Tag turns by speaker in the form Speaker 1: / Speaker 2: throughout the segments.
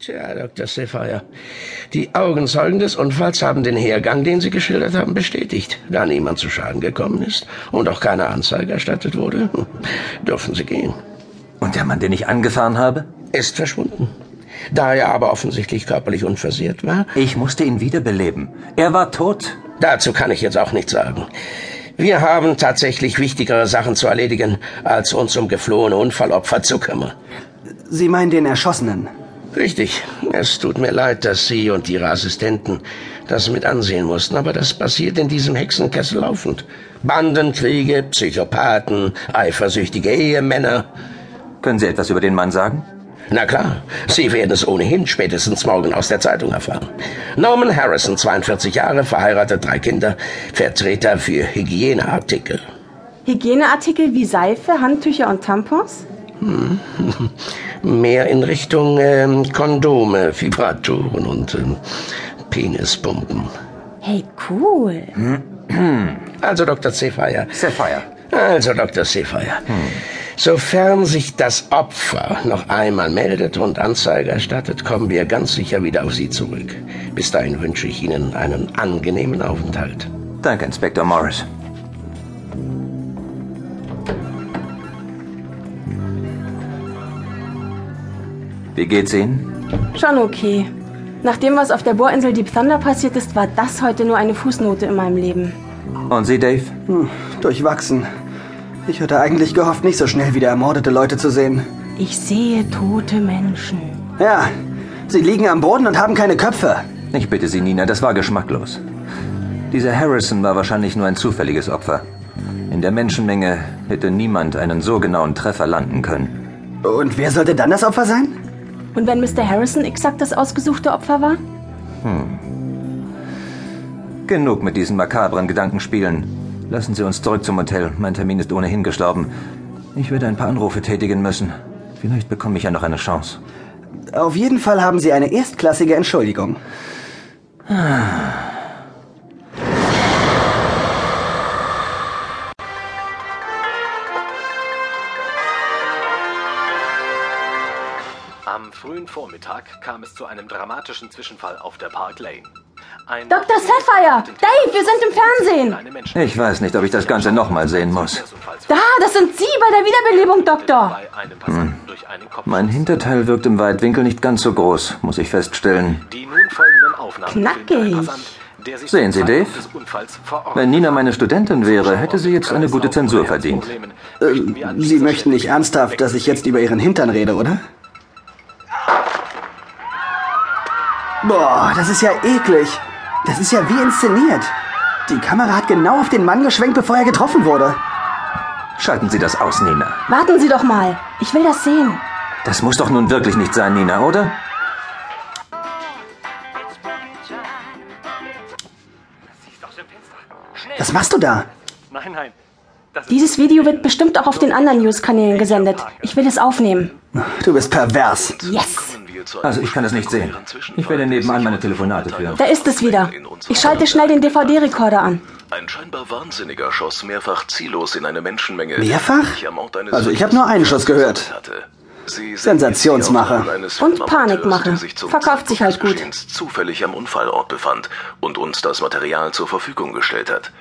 Speaker 1: Tja, Dr. Sapphire, die Augenzeugen des Unfalls haben den Hergang, den Sie geschildert haben, bestätigt. Da niemand zu Schaden gekommen ist und auch keine Anzeige erstattet wurde, hm, dürfen Sie gehen.
Speaker 2: Und der Mann, den ich angefahren habe?
Speaker 1: Ist verschwunden. Da er aber offensichtlich körperlich unversehrt war.
Speaker 2: Ich musste ihn wiederbeleben. Er war tot.
Speaker 1: Dazu kann ich jetzt auch nichts sagen. Wir haben tatsächlich wichtigere Sachen zu erledigen, als uns um geflohene Unfallopfer zu kümmern.
Speaker 3: Sie meinen den Erschossenen?
Speaker 1: Richtig. Es tut mir leid, dass Sie und Ihre Assistenten das mit ansehen mussten, aber das passiert in diesem Hexenkessel laufend. Bandenkriege, Psychopathen, eifersüchtige Ehemänner.
Speaker 2: Können Sie etwas über den Mann sagen?
Speaker 1: Na klar, Sie werden es ohnehin spätestens morgen aus der Zeitung erfahren. Norman Harrison, 42 Jahre, verheiratet, drei Kinder, Vertreter für Hygieneartikel.
Speaker 4: Hygieneartikel wie Seife, Handtücher und Tampons?
Speaker 1: Hm. Mehr in Richtung ähm, Kondome, Vibratoren und ähm, Penispumpen.
Speaker 4: Hey, cool.
Speaker 1: Also, Dr. Sapphire.
Speaker 2: Sapphire.
Speaker 1: Also, Dr. Sapphire. Hm. Sofern sich das Opfer noch einmal meldet und Anzeige erstattet, kommen wir ganz sicher wieder auf Sie zurück. Bis dahin wünsche ich Ihnen einen angenehmen Aufenthalt.
Speaker 2: Danke, Inspektor Morris. Wie geht's Ihnen?
Speaker 4: Schon okay. Nach dem, was auf der Bohrinsel Deep Thunder passiert ist, war das heute nur eine Fußnote in meinem Leben.
Speaker 2: Und Sie, Dave?
Speaker 3: Hm, durchwachsen. Ich hatte eigentlich gehofft, nicht so schnell wieder ermordete Leute zu sehen.
Speaker 4: Ich sehe tote Menschen.
Speaker 3: Ja, sie liegen am Boden und haben keine Köpfe.
Speaker 2: Ich bitte Sie, Nina, das war geschmacklos. Dieser Harrison war wahrscheinlich nur ein zufälliges Opfer. In der Menschenmenge hätte niemand einen so genauen Treffer landen können.
Speaker 3: Und wer sollte dann das Opfer sein?
Speaker 4: Und wenn Mr. Harrison exakt das ausgesuchte Opfer war?
Speaker 2: Hm. Genug mit diesen makabren Gedankenspielen. Lassen Sie uns zurück zum Hotel. Mein Termin ist ohnehin gestorben. Ich werde ein paar Anrufe tätigen müssen. Vielleicht bekomme ich ja noch eine Chance.
Speaker 3: Auf jeden Fall haben Sie eine erstklassige Entschuldigung.
Speaker 5: Am frühen Vormittag kam es zu einem dramatischen Zwischenfall auf der Park Lane.
Speaker 4: Ein Dr. Sapphire! Dave, wir sind im
Speaker 2: Fernsehen! Ich weiß nicht, ob ich das Ganze nochmal sehen muss.
Speaker 4: Da, das sind Sie bei der Wiederbelebung, Doktor!
Speaker 2: Hm. Mein Hinterteil wirkt im Weitwinkel nicht ganz so groß, muss ich feststellen.
Speaker 4: Knackig!
Speaker 2: Sehen Sie, Dave? Wenn Nina meine Studentin wäre, hätte sie jetzt eine gute Zensur verdient.
Speaker 3: Äh, sie möchten nicht ernsthaft, dass ich jetzt über Ihren Hintern rede, oder? Boah, das ist ja eklig. Das ist ja wie inszeniert. Die Kamera hat genau auf den Mann geschwenkt, bevor er getroffen wurde.
Speaker 2: Schalten Sie das aus, Nina.
Speaker 4: Warten Sie doch mal. Ich will das sehen.
Speaker 2: Das muss doch nun wirklich nicht sein, Nina, oder?
Speaker 3: Was machst du da?
Speaker 5: Nein, nein.
Speaker 4: Dieses Video wird bestimmt auch auf den anderen News-Kanälen gesendet. Ich will es aufnehmen.
Speaker 3: Du bist pervers.
Speaker 4: Yes.
Speaker 2: Also ich kann das nicht sehen. Ich werde nebenan meine Telefonate führen.
Speaker 4: Da ist es wieder. Ich schalte schnell den DVD-Rekorder an.
Speaker 6: Ein scheinbar Wahnsinniger schoss mehrfach ziellos in eine Menschenmenge.
Speaker 3: Mehrfach? Also ich habe nur einen Schuss gehört. Sensationsmacher.
Speaker 4: Und Panikmacher. Verkauft sich halt gut.
Speaker 6: zufällig am Unfallort befand und uns das Material zur Verfügung gestellt hat.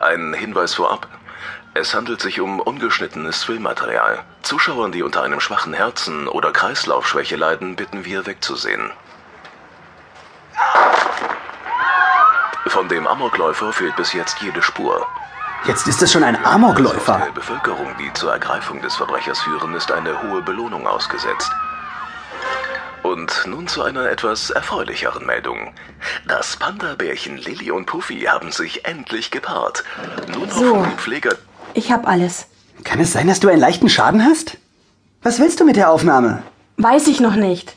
Speaker 6: Ein Hinweis vorab, es handelt sich um ungeschnittenes Filmmaterial. Zuschauern, die unter einem schwachen Herzen oder Kreislaufschwäche leiden, bitten wir wegzusehen. Von dem Amokläufer fehlt bis jetzt jede Spur.
Speaker 3: Jetzt ist es schon ein Amokläufer.
Speaker 6: Der Bevölkerung, die zur Ergreifung des Verbrechers führen, ist eine hohe Belohnung ausgesetzt. Und nun zu einer etwas erfreulicheren Meldung. Das Panda-Bärchen Lilly und Puffy haben sich endlich gepaart. Nun
Speaker 4: So.
Speaker 6: hoffen die Pfleger
Speaker 4: Ich hab alles.
Speaker 3: Kann es sein, dass du einen leichten Schaden hast? Was willst du mit der Aufnahme?
Speaker 4: Weiß ich noch nicht.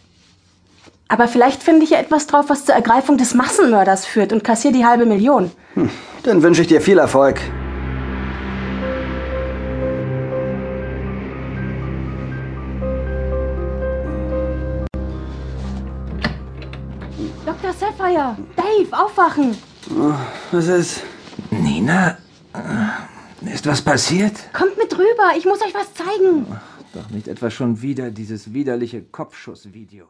Speaker 4: Aber vielleicht finde ich ja etwas drauf, was zur Ergreifung des Massenmörders führt und kassiere die halbe Million.
Speaker 3: Dann wünsche ich dir viel Erfolg.
Speaker 4: Dr. Sapphire! Dave, aufwachen!
Speaker 3: Was ist?
Speaker 2: Nina? äh, Ist was passiert?
Speaker 4: Kommt mit rüber, ich muss euch was zeigen!
Speaker 2: Doch nicht etwa schon wieder dieses widerliche Kopfschussvideo.